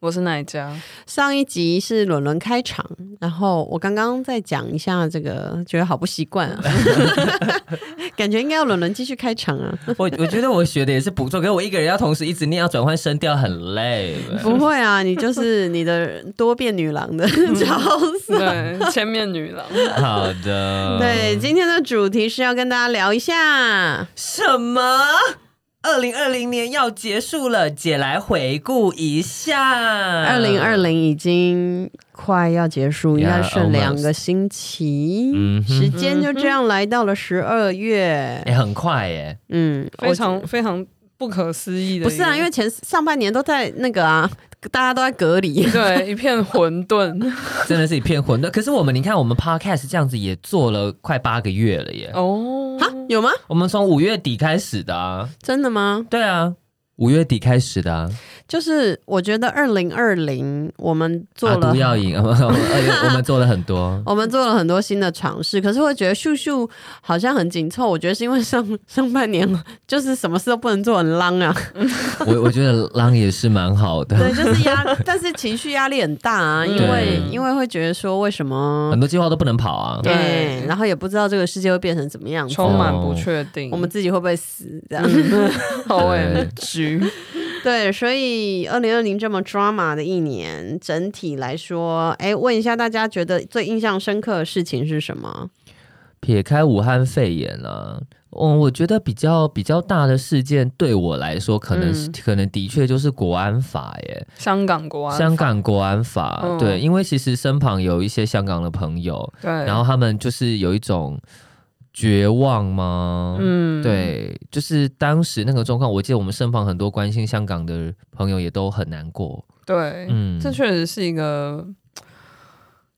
我是哪一家？上一集是伦伦开场，然后我刚刚再讲一下这个，觉得好不习惯 啊，感觉应该要伦伦继续开场啊。 我我觉得我学的也是不错，可是我一个人要同时一直念要转换声调很累。不会啊，你就是你的多变女郎 的角 色。对，千面女郎。 好的，对，今天的主题是要跟大家聊一下，什么？二零二零年要结束了，姐来回顾一下。二零二，零已经快要结束，应 Yeah, 该剩两个星期 almost. 嗯哼时间就这样来到了十二月。哎、很快耶！嗯，非常非常不可思议的一个。不是啊，因为前上半年都在那个啊，大家都在隔离。 对一片混沌真的是一片混沌。可是我们，你看，我们 podcast 这样子也做了快八个月了耶。 哦。啊，嗯 有吗？我们从五月底开始的啊，真的吗？对啊，五月底开始的啊。就是我觉得二零二零我们做啊了毒，药 引，我们我们做了很多。我们做了很多新的尝试，可是会觉得秀秀好像很紧凑。我觉得是因为上 上半年就是什么事都不能做，很浪啊，我我觉得狼也是蛮好的， 对，就是压，但是情绪压力很大 啊，因为对因为会觉得说为什么很多计划都不能跑啊。对对，然后也不知道这个世界会变成怎么样子。充满不确定，我们自己会不会死？这样、 O M G，嗯对，所以二零二零这么 drama 的一年，整体来说，哎，问一下大家觉得最印象深刻的事情是什么？撇开武汉肺炎啊，嗯，我觉得比较比较大的事件对我来说，可能是、嗯可能的确就是国安法耶，香港国安，香港国安法。嗯对，因为其实身旁有一些香港的朋友，对，然后他们就是有一种绝望吗？嗯，对，就是当时那个状况，我记得我们身旁很多关心香港的朋友也都很难过。对，嗯，这确实是一个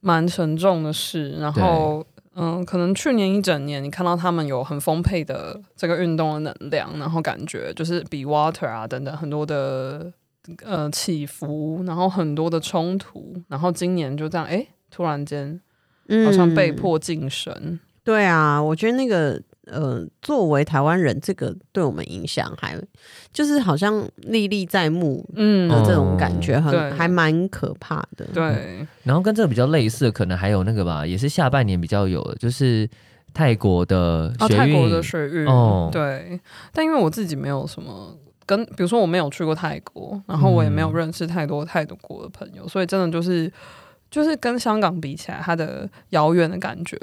蛮沉重的事。然后，嗯，可能去年一整年，你看到他们有很丰沛的这个运动的能量，然后感觉就是比 water 啊等等很多的呃起伏，然后很多的冲突，然后今年就这样，哎，突然间嗯好像被。迫晋升，对啊，我觉得那个呃，作为台湾人，这个对我们影响还就是好像历历在目嗯，的这种感觉哦很，对还蛮可怕的。对，然后跟这个比较类似的，可能还有那个吧，也是下半年比较有的，就是泰国的哦，学泰国运的水域，哦对，但因为我自己没有什么跟，比如说我没有去过泰国，然后我也没有嗯认识太多泰国的朋友，所以真的就是就是跟香港比起来，它的遥远的感觉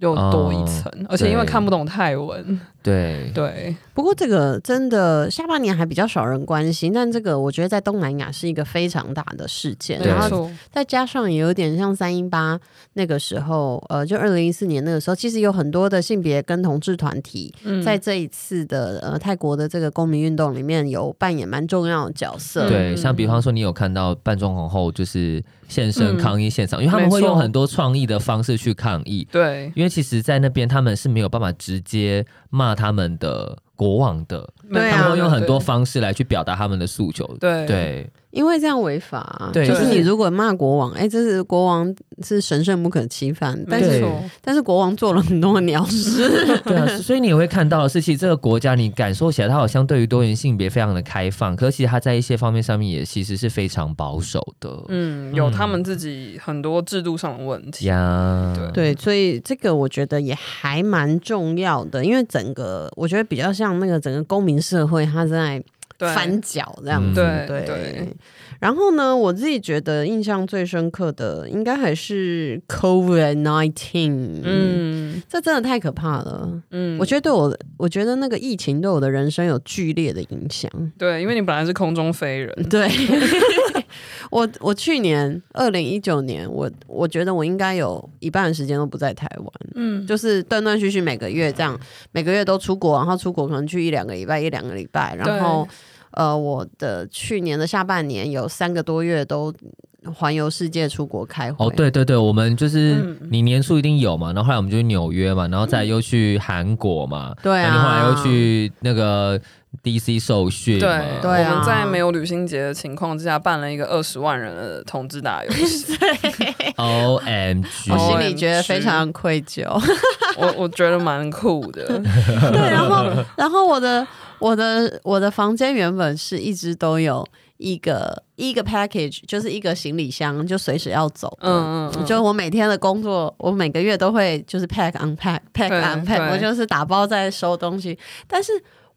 又多一层，而且因为哦对看不懂泰文，对对，不过这个真的下半年还比较少人关心，但这个我觉得在东南亚是一个非常大的事件。对然没后错，再加上也有点像三一八那个时候，呃，就二零一四年那个时候，其实有很多的性别跟同志团体嗯在这一次的呃泰国的这个公民运动里面有扮演蛮重要的角色。对，嗯嗯像比方说你有看到半中皇后就是现身抗议现场，因为他们会没错用很多创意的方式去抗议，对，因为其实，在那边他们是没有办法直接骂他们的国王的，对啊他们会用很多对方式来去表达他们的诉求。对对因为这样违法、啊，对就是对你如果骂国王，哎、这是国王是神圣不可侵犯，但没是对错，但是国王做了很多鸟事，对啊，所以你也会看到的是，其实这个国家你感受起来，它好像对于多元性别非常的开放，可是其实它在一些方面上面也其实是非常保守的。嗯，有他们自己很多制度上的问题，呀，对对，所以这个我觉得也还蛮重要的，因为整个我觉得比较像那个整个公民社会，它在对，翻脚这样子。嗯对对对然后呢，我自己觉得印象最深刻的应该还是 COVID nineteen，嗯，嗯这真的太可怕了。嗯，我觉得对我，我觉得那个疫情对我的人生有剧烈的影响。对，因为你本来是空中飞人，对， 我 我去年二零一九年，我我觉得我应该有一半的时间都不在台湾。嗯，就是断断续续每个月这样，每个月都出国，然后出国可能去一两个礼拜，一两个礼拜，然后呃，我的去年的下半年有三个多月都环游世界出国开会。哦，对对对，我们就是嗯你年初一定有嘛，然后后来我们就去纽约嘛，然后再又去韩国嘛，对哎然后后来啊，又去那个 DC 受训嘛，对，对啊我们在没有旅行节的情况之下，办了一个二十万人的同志大游 戏。 O M G，我哦心里觉得非常愧疚。我我觉得蛮酷 的，嗯对，然后然后我的我的我的房间原本是一直都有一个一个 package，就是一个行李箱，就随时要走的。嗯嗯嗯，就我每天的工作，我每个月都会就是 pack unpack pack 对 unpack，对我就是打包在收东西。但是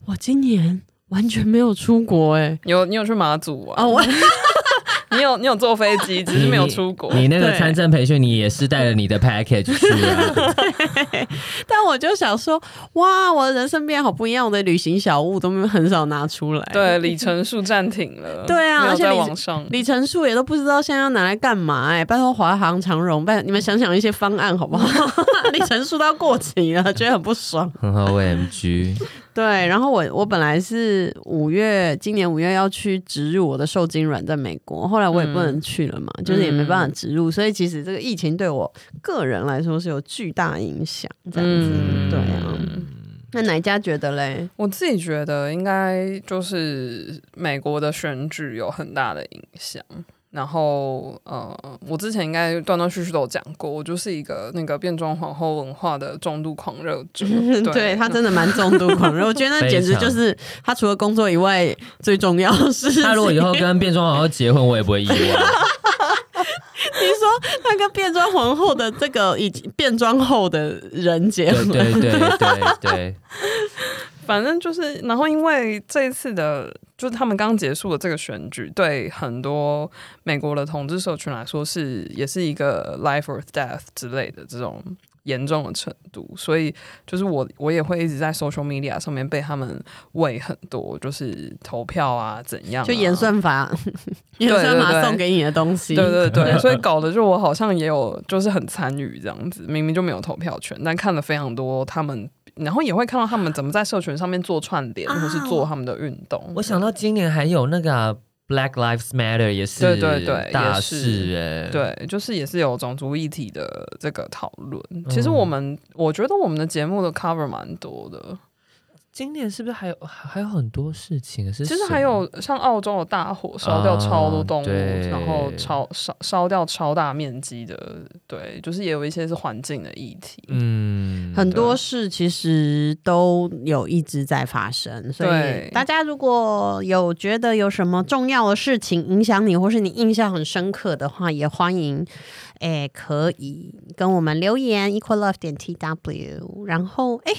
我今年完全没有出国哎、有你有去马祖啊？哦，我 你有你有坐飞机，只是没有出国。你那个对参政培训，你也是带了你的 package 去 啊？但我就想说，哇，我的人生变好不一样，我的旅行小物都没有很少拿出来。对，里程数暂停了。对啊没有而且在里网上。里程数也都不知道现在要拿来干嘛哎、拜托华航、长荣，拜你们想想一些方案好不好？ 里程数都要过期了，觉得很不爽。很好嗯 O M G，对，然后我我本来是五月，今年五月要去植入我的受精卵在美国，后来我也不能去了嘛，就是也没办法植入，所以其实这个疫情对我个人来说是有巨大影响，这样子，嗯对啊。那哪一家觉得嘞？。我自己觉得应该就是美国的选举有很大的影响。然后，呃，我之前应该断断续续都有讲过，我就是一个那个变装皇后文化的重度狂热者对 对他真的蛮重度狂热，我觉得那简直就是他除了工作以外最重要的事情。他如果以后跟变装皇后结婚，我也不会意外。你说那个变装皇后的这个以及变装后的人结对婚，对对对对，反正就是，然后因为这一次的，就是他们刚结束的这个选举，对很多美国的统治社群来说是也是一个 life or death 之类的这种严重的程度，所以就是我我也会一直在 social media 上面被他们喂很多，就是投票啊怎样啊、就演算法，演算对对法对送给你的东西。对对 对，所以搞得就我好像也有就是很参与这样子，明明就没有投票权，但看了非常多他们，然后也会看到他们怎么在社群上面做串联，啊或是做他们的运动。 我想到今年还有那个啊、Black Lives Matter 也是对对对大也是事哎、对，就是也是有种族议题的这个讨论。其嗯实我们、我觉得我们的节目的 cover 蛮多的，今年是不是还有还有很多事情？是其实什么还有像澳洲的大火烧掉超多动啊物，对然后超烧烧掉超大面积的，对，就是也有一些是环境的议题。嗯很多事其实都有一直在发生，所以对大家如果有觉得有什么重要的事情影响你，或是你印象很深刻的话，也欢迎，哎、可以跟我们留言 equal love 点 t w。然后，哎、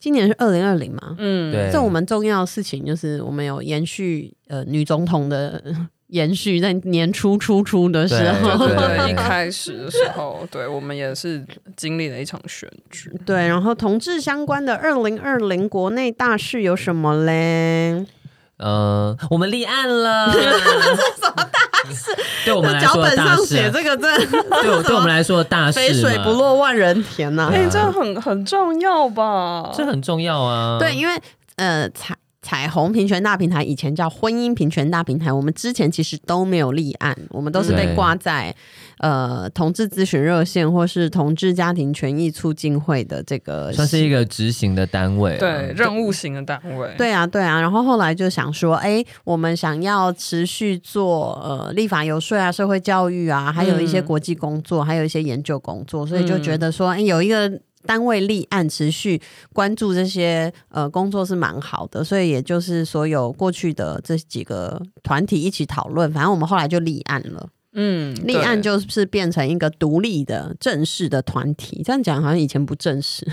今年是二零二零嘛，嗯，对这我们重要的事情就是我们有延续呃女总统的 呃延续，在年初初初的时候， 对对对对一开始的时候，对我们也是经历了一场选举。对，然后同志相关的二零二零国内大事有什么嘞？嗯、我们立案 了，这是什么大事？对我们来脚说本的大上事写啊，这个真的对我对我们来说的大事嘛，肥水不落万人田呐、哎、这很很重要吧？这很重要啊。对，因为呃彩彩虹平权大平台以前叫婚姻平权大平台，我们之前其实都没有立案，我们都是被对挂在呃同志咨询热线或是同志家庭权益促进会的这个算是一个执行的单位、啊。对任务型的单位，对啊，对啊，然后后来就想说，哎，我们想要持续做呃立法游说啊、社会教育啊，还有一些嗯国际工作，还有一些研究工作，所以就觉嗯得说，哎，有一个。单位立案持续关注这些呃工作是蛮好的，所以也就是所有过去的这几个团体一起讨论，反正我们后来就立案了。嗯，立案对就是变成一个独立的正式的团体，这样讲好像以前不正式，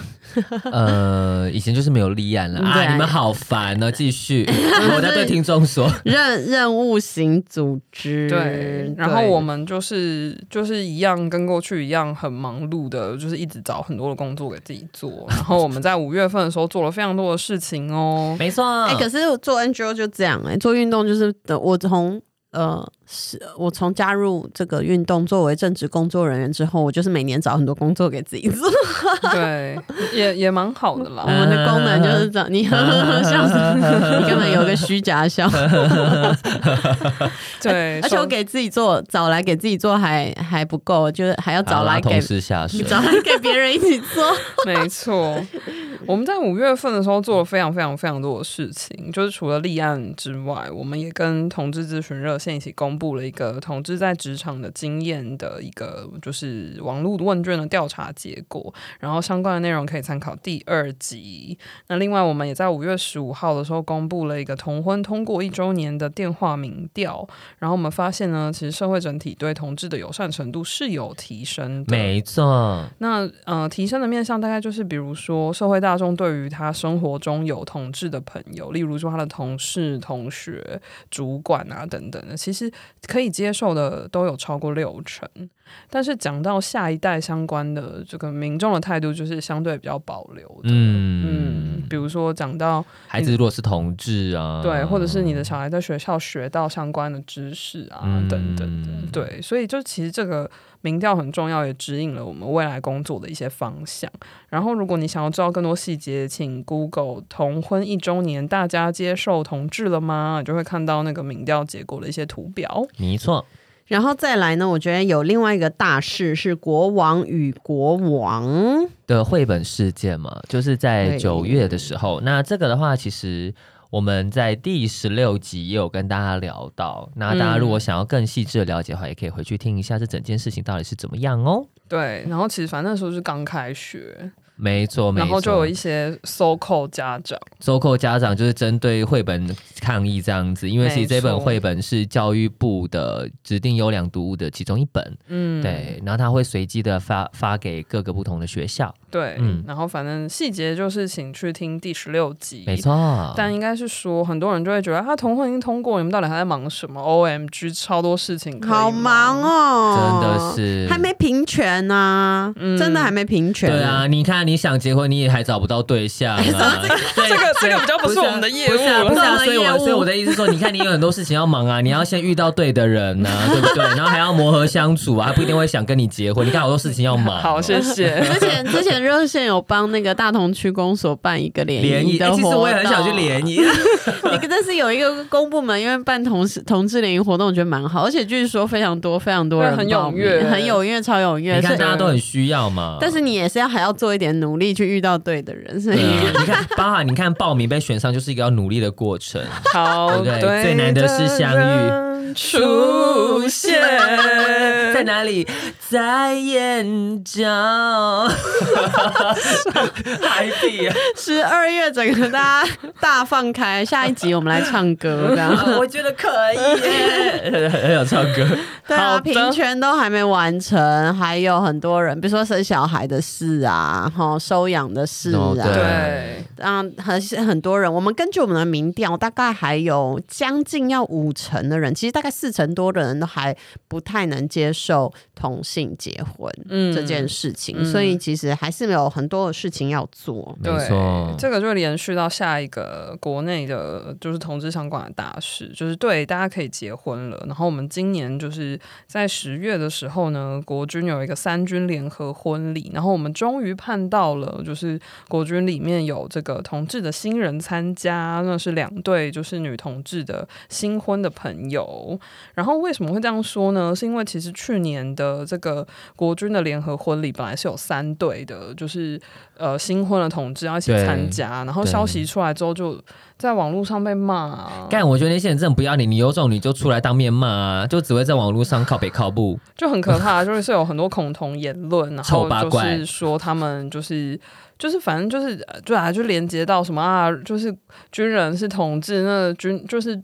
呃，以前就是没有立案了啊对啊你们好烦哦！继 续，我在对听众说，，任任务型组织。对，然后我们就是就是一样跟过去一样很忙碌的，就是一直找很多的工作给自己做。然后我们在五月份的时候做了非常多的事情哦没错。哎哎、可是做 NGO 就这样哎、做运动就是的，我从呃，是我从加入这个运动作为正职工作人员之后，我就是每年找很多工作给自己 做。对，也也蛮好的我啦。们的功能就是这样，你嗯 笑死，你根本有个虚 假笑。对，而且我说给自己做，找来给自己做还还不够，就是还要找啊拉来给同事下水。 找来给别人一起做。 没错，我们在五月份的时候做了非常非常非常多的事情，就是除了立案之外，我们也跟同志咨询热线一起公布了一个同志在职场的经验的一个就是网络问卷的调查结果，然后相关的内容可以参考第二集。那另外，我们也在五月十五号的时候公布了一个同婚通过一周年的电话民调，然后我们发现呢，其实社会整体对同志的友善程度是有提升 的。没错，那呃，提升的面向大概就是，比如说社会大众对于他生活中有同志的朋友，例如说他的同事、同学、主管啊等等的，其实可以接受的都有超过六成。但是讲到下一代相关的这个民众的态度，就是相对比较保留的。嗯嗯，比如说讲到孩子如果是同志啊，对，或者是你的小孩在学校学到相关的知识啊，嗯等等的，对，所以就其实这个民调很重要，也指引了我们未来工作的一些方向。然后，如果你想要知道更多细节，请 Google 同婚一周年，大家接受同志了吗？你就会看到那个民调结果的一些图表。没错，然后再来呢，我觉得有另外一个大事是国王与国王，的绘本事件嘛，就是在对九月的时候。那这个的话，其实我们在第十六集也有跟大家聊到。那大家嗯如果想要更细致的了解的话，也可以回去听一下这整件事情到底是怎么样哦。对，然后其实反正那时候是刚开学，没错，没错。然后就有一些 so called 家长，收购家长就是针对绘本抗议这样子，因为其实这没本错绘本是教育部的指定优良读物的其中一本，嗯，对，然后他会随机的发发给各个不同的学校，对，嗯然后反正细节就是请去听第十六集，没错，但应该是说，很多人就会觉得他同婚已经通过，你们到底还在忙什么？O M G，超多事情，好忙！哦，真的是还没平权呢、嗯真的还没平权。对啊，你看你想结婚，你也还找不到对象、 啊，对这个这个比较不是啊我们的业务不是啊，了不是我啊，们的所以业我务所以我的意思是说，你看你有很多事情要忙啊，你要先遇到对的人呐、 对不对？然后还要磨合相处啊，还不一定会想跟你结婚，你看好多事情要 忙、哦好，谢。谢。之前之前热线有帮那个大同区公所办一个联联谊谊、的哎活其动，实我也很想去联谊。 你但是有一个公部门，因为办同事同志联谊活动，我觉得蛮好，而且据说非常多非常多人对很报名踊跃很踊跃，超踊跃。你所看以大家都很需要嘛。但是你也是要还要做一点努力去遇到对的人，所以对啊，你看，包含你看报名被选上，就是一个要努力的过 程。好，对对最难的是相遇遇出现。 在哪里？在眼角，海底。十二月整个大家大放开，下一集我们来唱歌这样。 我觉得可以耶，很有唱歌。对好的啊，平权都还没完成，还有很多人，比如说生小孩的事啊，哈，收养的事哦啊，对，嗯，很很多人，我们根据我们的民调，大概还有将近要五成的人，其实大概四成多的人都还不太能接受同性结婚嗯这件事情，嗯所以其实还是有很多的事情要做。没错 对，，这个就连续到下一个国内的，就是同志相关的大事，就是对大家可以结婚了。然后我们今年就是在十月的时候呢，国军有一个三军联合婚礼，然后我们终于盼到了，就是国军里面有这个同志的新人参加，那是两对就是女同志的新婚的朋友。然后为什么会这样说呢？是因为其实去年的这个国军的联合婚礼本来是有三对的，就是呃新婚的同志要一起对参加，然后对消息出来之后就在网络上被骂啊，干，我觉得那些人真的不要你，你有种你就出来当面骂啊，就只会在网络上靠北靠步。就很可 怕，就是有很多恐同言论，然丑后八就怪是说他们就是就是反正就是呃对啊，就连接到什么啊，就是军人是同志，那军就是。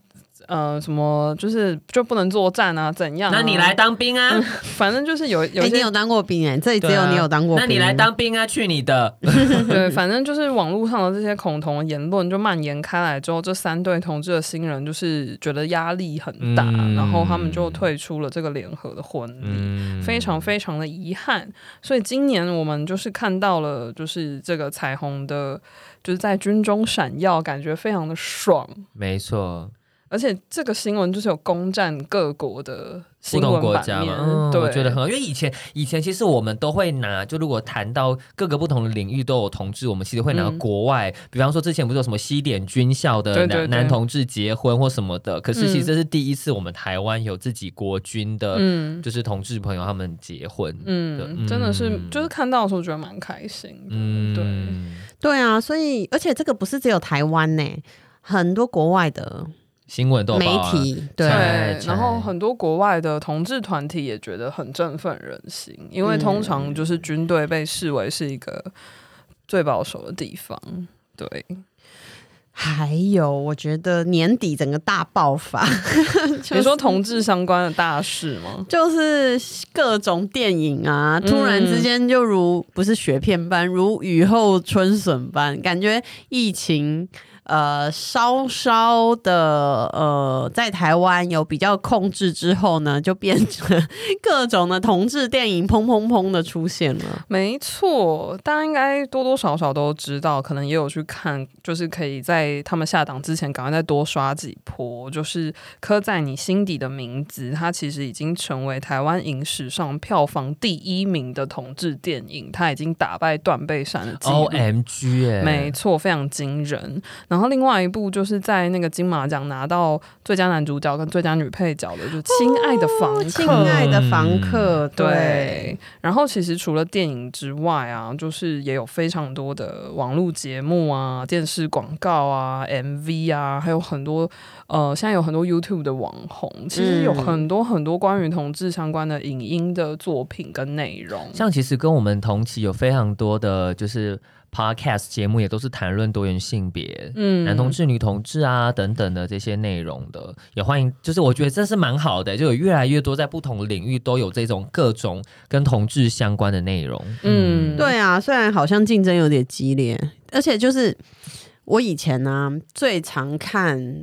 呃，什么就是就不能作战啊？怎样、那你来，当兵啊，嗯反正就是有有哎、一你些、有当过兵哎、这里只有对啊你有当过兵，那你来当兵啊，去你的！嗯 对，反正就是网络上的这些恐同的言论就蔓延开来之后，这三对同志的新人就是觉得压力很大，嗯然后他们就退出了这个联合的婚礼。嗯，非常非常的遗憾。所以今年我们就是看到了，就是这个彩虹的，就是在军中闪耀，感觉非常的爽。没错。而且这个新闻就是有攻占各国的不新同闻国版家面，嘛，嗯，对，我觉得很好，因为以前以前其实我们都会拿，就如果谈到各个不同的领域都有同志，我们其实会拿嗯国外，比方说之前不是有什么西点军校的对男对对男同志结婚或什么的，可是其实嗯这是第一次我们台湾有自己国军的，嗯就是同志朋友他们结婚，嗯，真的是嗯就是看到的时候觉得蛮开心的，对，对啊，所以而且这个不是只有台湾呢、很多国外的新闻都有媒报啊，体对对对，然后很多国外的同志团体也觉得很振奋人心，因为通常就是军队被视为是一个最保守的地方。对，还有，我觉得年底整个大 爆发，你说同志相关的大事吗？就是各种电影啊，嗯突然之间就如、不是雪片般，如雨后春笋般，感觉疫情呃稍稍的呃在台湾有比较控制之后呢，就变成各种的同志电影砰砰砰的出现了。没错，大家应该多多少少都知道，可能也有去看，就是可以在他们下档之前，赶快再多刷几波。就是刻在你心底的名字，它其实已经成为台湾影史上票房第一名的同志电影，它已经打败《断背山》的记录。 O M G 哎，没错，非常惊人。然后另外一部就是在那个金马奖拿到最佳男主角跟最佳女配角的，就是《亲爱的房客》哦亲爱的房客，对嗯对，然后其实除了电影之外啊，就是也有非常多的网络节目啊、电视广告啊、MV 啊，还有很多呃，现在有很多 YouTube 的网红，其实有嗯很多很多关于同志相关的影音的作品跟内容。像其实跟我们同期有非常多的就是 podcast 节目，也都是谈论多元性别。嗯男同志、女同志啊，等等的这些内容的，也欢迎。就是我觉得这是蛮好的，就有越来越多在不同领域都有这种各种跟同志相关的内容。嗯对啊，虽然好像竞争有点激烈，而且就是我以前呢、最常看。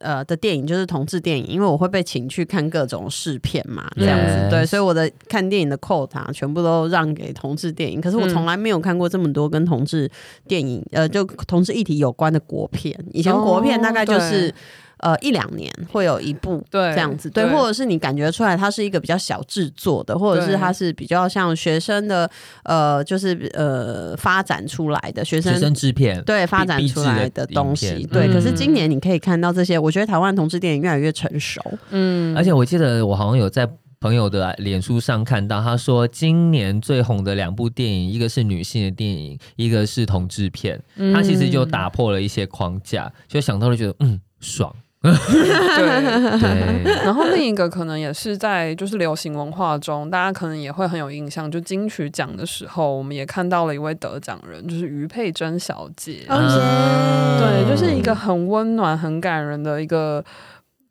呃的电影就是同志电影，因为我会被请去看各种试片嘛，嗯这样子 Yes 对，所以我的看电影的 quota 啊全部都让给同志电影。可是我嗯从来没有看过这么多跟同志电影，呃，就同志议题有关的国片。以前国片大概哦就是、呃一两年会有一部对这样子，对，或者是你感觉出来它是一个比较小制作的，或者是对它是比较像学生的呃，就是呃发展出来的学学生。生制片，对发展必出来制的的东影西，片对。嗯可是今年你可以看到这些，我觉得台湾的同志电影越来越成熟。嗯而且我记得我好像有在朋友的脸书上看到，他说今年最红的两部电影，一个是女性的电影，一个是同志片。他其实嗯就打破了一些框架，就想到了觉得嗯爽， 对。对，然后另一个可能也是在就是流行文化中，大家可能也会很有印象，就金曲奖的时候，我们也看到了一位得奖人，就是于佩珍小姐。哦嗯耶对，就是一个很温暖、很感人的一个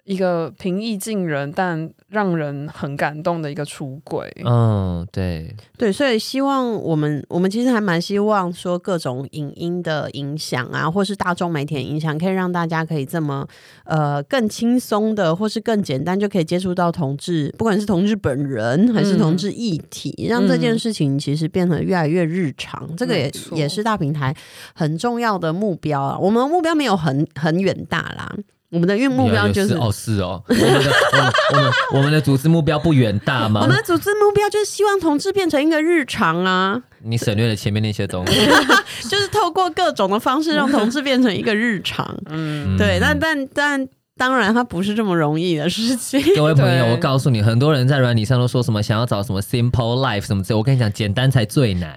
一个平易近人，但让人很感动的一个出轨。嗯，对，对，所以希望我们，我们其实还蛮希望说各种影音的影响啊，或是大众媒体的影响，可以让大家可以这么呃更轻松的，或是更简单就可以接触到同志，不管是同志本人还是嗯同志议题，让这件事情其实变得越来越日常。这个没也错也是大平台很重要的目标啊。我们的目标没有很很远大啦，我们的运目标就是你要有事哦，是哦，我们的我们我们我们的组织目标不远大我吗们？的组织目标就是希望同志变成一个日常啊。你省略了前面那些东西， 就是透过各种的方式让同志变成一个日 常。嗯，嗯对，但但但当然，它不是这么容易的事情。 各位朋友，对我告诉你，很多人在软体上都说什么想要找什么 simple life 什么之类，我跟你讲，简单才最难，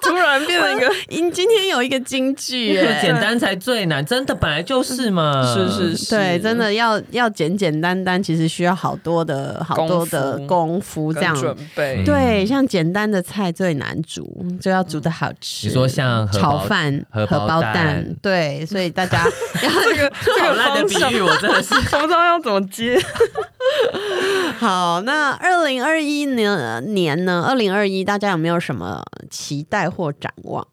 突然变成一个，因今天有一个哎京 剧就耶。简单才最难，真的本来就是嘛，是是是，对，真的要要简简单单，其实需要好多的好多的功夫功夫，这跟样准备。对。嗯像简单的菜最难煮，就要煮的好嗯吃。你说像荷包炒饭、荷包包蛋蛋，对，所以 大家这个这好个烂的方向 比喻，我真的是。我不知道要怎么接。好，那二零二一年呃年呢？二零二一大家有没有什么期待或展望？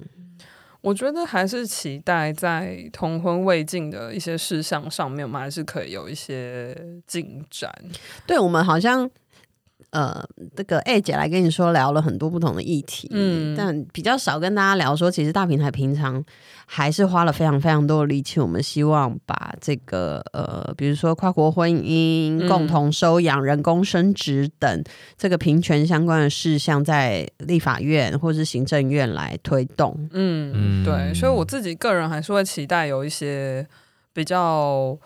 我觉得还是期待在同婚未尽的一些事项上面，我们还是可以有一些进展。对我们好像。呃，这个 A 姐来跟你说聊了很多不同的议题，嗯但比较少跟大家聊说，其实大平台平常还是花了非常非常多的力气，我们希望把这个呃，比如说跨国婚姻、嗯共同收养、人工生殖等这个平权相关的事项，在立法院或是行政院来推动。嗯，对，嗯所以我自己个人还是会期待有一些比较，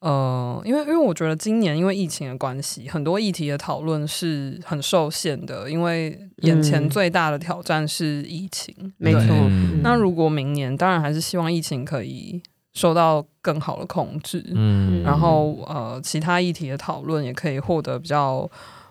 呃，因为因为我觉得今年因为疫情的关系，很多议题的讨论是很受限的，因为眼前嗯最大的挑战是疫情。没对错，嗯那如果明年，当然还是希望疫情可以受到更好的控制，嗯然后呃，其他议题的讨论也可以获得比较。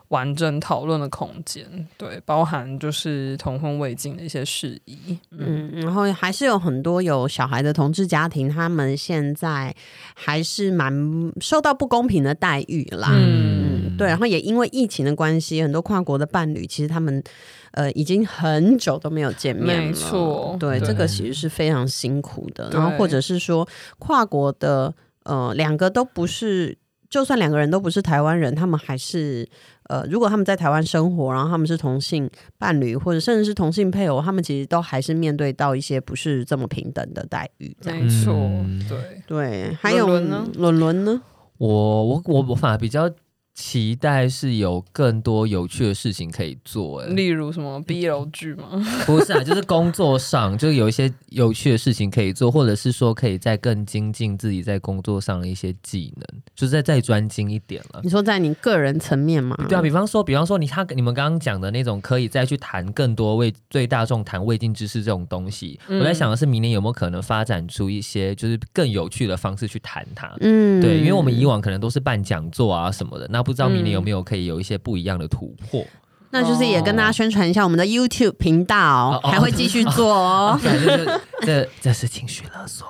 完整讨论的空间，对，包含就是同婚未尽的一些事宜，嗯，然后还是有很多有小孩的同志家庭，他们现在还是蛮受到不公平的待遇啦。嗯嗯，对，然后也因为疫情的关系，很多跨国的伴侣其实他们呃已经很久都没有见面了，没错对，对这个其实是非常辛苦的。对然后或者是说跨国的呃两个都不是，就算两个人都不是台湾人，他们还是呃如果他们在台湾生活，然后他们是同性伴侣或者甚至是同性配偶，他们其实都还是面对到一些不是这么平等的待遇。这样没错，嗯对，对，还有伦伦呢伦伦呢？我我我我反而比较期待是有更多有趣的事情可以做、欸，例如什么 BL 剧嘛，不是啊，就是工作上，就是有一些有趣的事情可以做，或者是说可以再更精进自己在工作上的一些技能，就是再再专精一点了。你说在你个人层面吗？对啊，比方说，比方说你他你们刚刚讲的那种，可以再去谈更多为对大众谈未尽之事这种东西，嗯我在想的是，明年有没有可能发展出一些就是更有趣的方式去谈它？嗯对，因为我们以往可能都是办讲座啊什么的，那不知道明年有没有可以有一些不一样的突破？那就是也跟大家宣传一下我们的 YouTube 频道哦，哦还会继续做 哦。反正这啊这这是情绪勒索。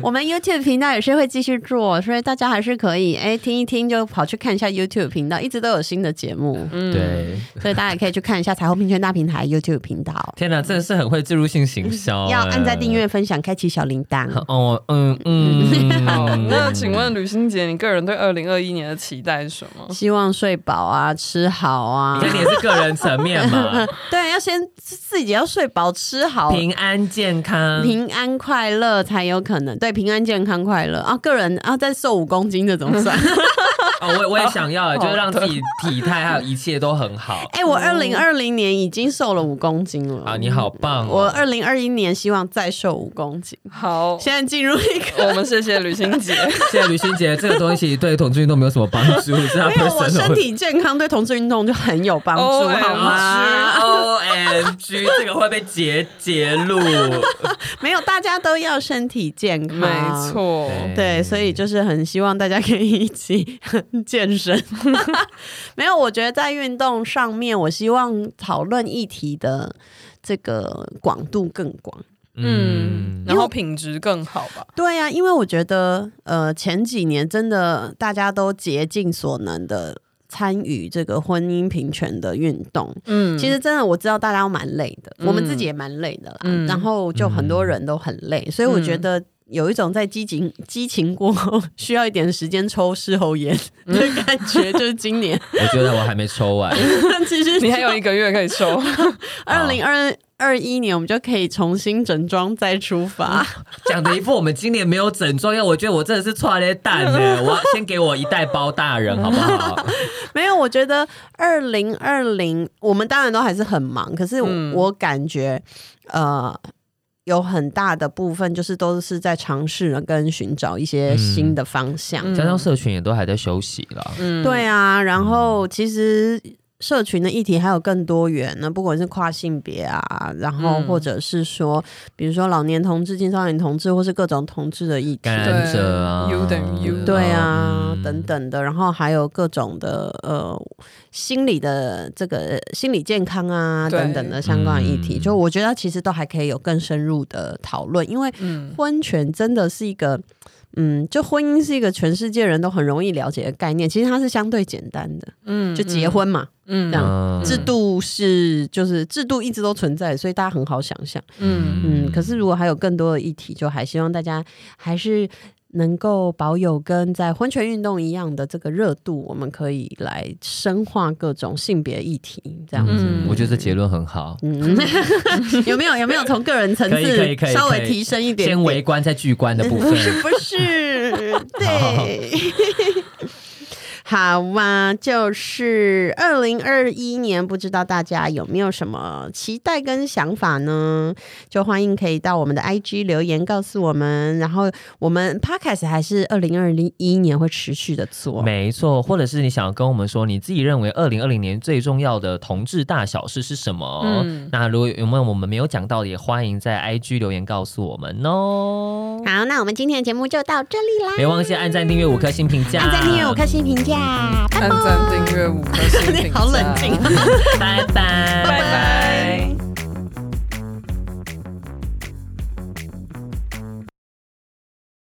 我们 YouTube 频道也是会继续做，所以大家还是可以哎听一听就跑去看一下 YouTube 频道，一直都有新的 节目，嗯，对，所以大家也可以去看一下彩虹平权大平台 YouTube 频道。天哪，真的是很会植入性行销、嗯要哎按赞、订。阅、分享、开启小铃铛。哦，嗯 嗯，好，那请问吕欣姐，你个人对二零二一年的期待是什么？希望睡饱啊，吃好啊你，看你也是个人层面嘛？对，啊要先自己要睡饱、吃 好，平安健康，平安快乐才有可能。对，平安、健康、快乐啊，个人啊，再瘦五公斤这怎么算？哦，我也我也想要了，好就是让自己体态还有一切都很好 哎、我二哦零二零年已经瘦了五公斤了啊！你好棒、哦！我二零二一年希望再瘦五公斤。好，现在进入一 个，我们谢谢吕欣 姐，谢谢吕欣姐，这个东西对同志运动没有什么帮助，是他 因为我身 personal。体健康对同志运动就很有帮助， OMG 好吗？啊 O M G，这个会被截截 录。没有，大家都要身体健康，没。错，嗯对，所以就是很希望大家可以一起 健 身。没有，我觉得在运动上面，我希望讨论议题的这个广度更广。嗯，然因为后品质更好吧，对呀、因为我觉得，呃，前几年真的大家都竭尽所能的参与这个婚姻平权的运动。嗯其实真的我知道大家都蛮累的，嗯我们自己也蛮累的啦。嗯然后就很多人都很累，所以我觉得有一种在激情激情过后 需要一点时间抽事后烟嗯的感觉，就是 今年我觉得我还没抽完，其实你还有一个月可以收，二零二二一年，我们就可以重新整装再出发。讲的一副我们今年没有整装，因为我觉得我真的是错了蛋呢。我先给我一袋包大人好不好？没有，我觉得二零二零，我们当然都还是很忙，可是我,、嗯感觉，呃，有很大的部分就是都是在尝试跟寻找一嗯些新的方向。嗯加上社群也都还在休息了，嗯， 对啊，然后其实。社群的议题还有更多元呢，不管是跨性别啊，然后嗯或者是说，比如说老年同志、青少年同志，或是各种同志的议题，感染者啊对，U 等于 U 对啊，嗯等等的，然后还有各种的呃心理的这个呃心理健康啊对等等的相关议题，嗯就我觉得其实都还可以有更深入的讨论，因为嗯，婚权真的是一个。嗯，就婚姻是一个全世界人都很容易了解的概念，其实它是相对简单的，嗯就结，婚嘛，嗯这样嗯制度是就是制度一直都存在，所以大家很好想象。嗯嗯，可是如果还有更多的议题，就还希望大家还是能够保有跟在婚前运动一样的这个热度，我们可以来深化各种性别议题，这样子。嗯，我觉得这结论很好。嗯， 有没有有没有从个人层可以可以次可以稍可微以提升一点点？先围观再聚观的部分不，是不 是，对。 好嘛，就是二零二一年，不知道大家有没有什么期待跟想法呢？就欢迎可以到我们的 IG 留言告诉我们。然后我们 Podcast 还是二零二零一年会持续的做。没错，或者是你想要跟我们说你自己认为二零二零年最重要的同志大小事是什么？嗯那如果有没有我们没有讲到的，也欢迎在 IG 留言告诉我们哦。好，那我们今天的节目就到这里啦，别忘记按赞、订阅、五颗星评价，按赞、订阅、五颗星评价，拜拜嗯 啊按赞、订阅、五颗星评价，好冷静。拜拜，拜拜拜。